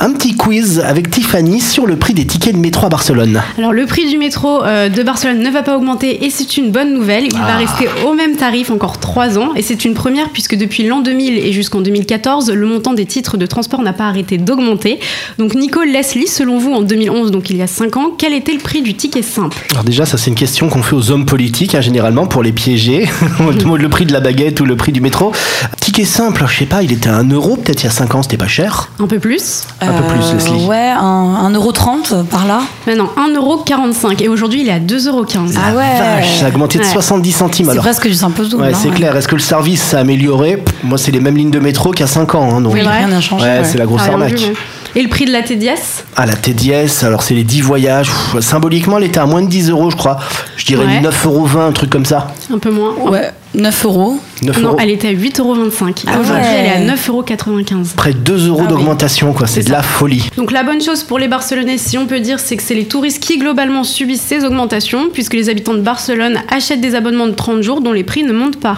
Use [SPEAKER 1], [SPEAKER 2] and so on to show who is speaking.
[SPEAKER 1] Un petit quiz avec Tiffany sur le prix des tickets de métro à Barcelone.
[SPEAKER 2] Alors le prix du métro euh, de Barcelone ne va pas augmenter et c'est une bonne nouvelle. Il
[SPEAKER 3] Ah.
[SPEAKER 2] va rester au même tarif encore 3 ans et c'est une première puisque depuis l'an 2000 et jusqu'en 2014, le montant des titres de transport n'a pas arrêté d'augmenter. Donc Nico Leslie, selon vous, en 2011, donc il y a 5 ans, quel était le prix du ticket simple
[SPEAKER 1] Alors déjà, ça c'est une question qu'on fait aux hommes politiques, hein, généralement, pour les piéger. On demande le prix de la baguette ou le prix du métro. Ticket simple, je sais pas, il était à 1 euro peut-être il y a 5 ans, c'était pas cher.
[SPEAKER 2] Un peu plus
[SPEAKER 1] Un peu plus, Leslie.
[SPEAKER 3] Euh,
[SPEAKER 1] Bah
[SPEAKER 3] Ouais, un, 1,30€ par là.
[SPEAKER 2] Maintenant, 1,45€ et aujourd'hui il est à 2,15€.
[SPEAKER 3] Ah ouais.
[SPEAKER 1] Vache, ça a augmenté de
[SPEAKER 2] Ouais.
[SPEAKER 1] 70 centimes
[SPEAKER 3] C'est
[SPEAKER 1] alors.
[SPEAKER 3] presque du simple double.
[SPEAKER 1] Ouais,
[SPEAKER 3] hein,
[SPEAKER 1] c'est
[SPEAKER 3] ouais.
[SPEAKER 1] clair. Est-ce que le service s'est amélioré Pff, Moi, c'est les mêmes lignes de métro qu'il y a 5 ans. hein, donc.
[SPEAKER 3] Oui, rien n'a changé.
[SPEAKER 1] Ouais,
[SPEAKER 3] ouais.
[SPEAKER 1] c'est la grosse
[SPEAKER 2] Ah, bien
[SPEAKER 1] arnaque.
[SPEAKER 2] vu, ouais. Et le prix de la TDS
[SPEAKER 1] Ah, la TDS, alors c'est les 10 voyages. Pff, symboliquement, elle était à moins de 10 euros, je crois. Je dirais
[SPEAKER 2] Ouais.
[SPEAKER 1] 9,20 euros, un truc comme ça.
[SPEAKER 2] Un peu moins.
[SPEAKER 3] Ouais, 9 euros.
[SPEAKER 1] 9
[SPEAKER 2] Non,
[SPEAKER 1] euros.
[SPEAKER 2] elle était à 8,25€.
[SPEAKER 3] Ah
[SPEAKER 2] Aujourd'hui,
[SPEAKER 3] ouais.
[SPEAKER 2] elle est à 9,95€.
[SPEAKER 1] Près de 2 euros
[SPEAKER 3] Ah oui.
[SPEAKER 1] d'augmentation, quoi. C'est
[SPEAKER 2] C'est
[SPEAKER 1] de la folie.
[SPEAKER 2] Donc la bonne chose pour les Barcelonais, si on peut dire, c'est que c'est les touristes qui globalement subissent ces augmentations, puisque les habitants de Barcelone achètent des abonnements de 30 jours dont les prix ne montent pas.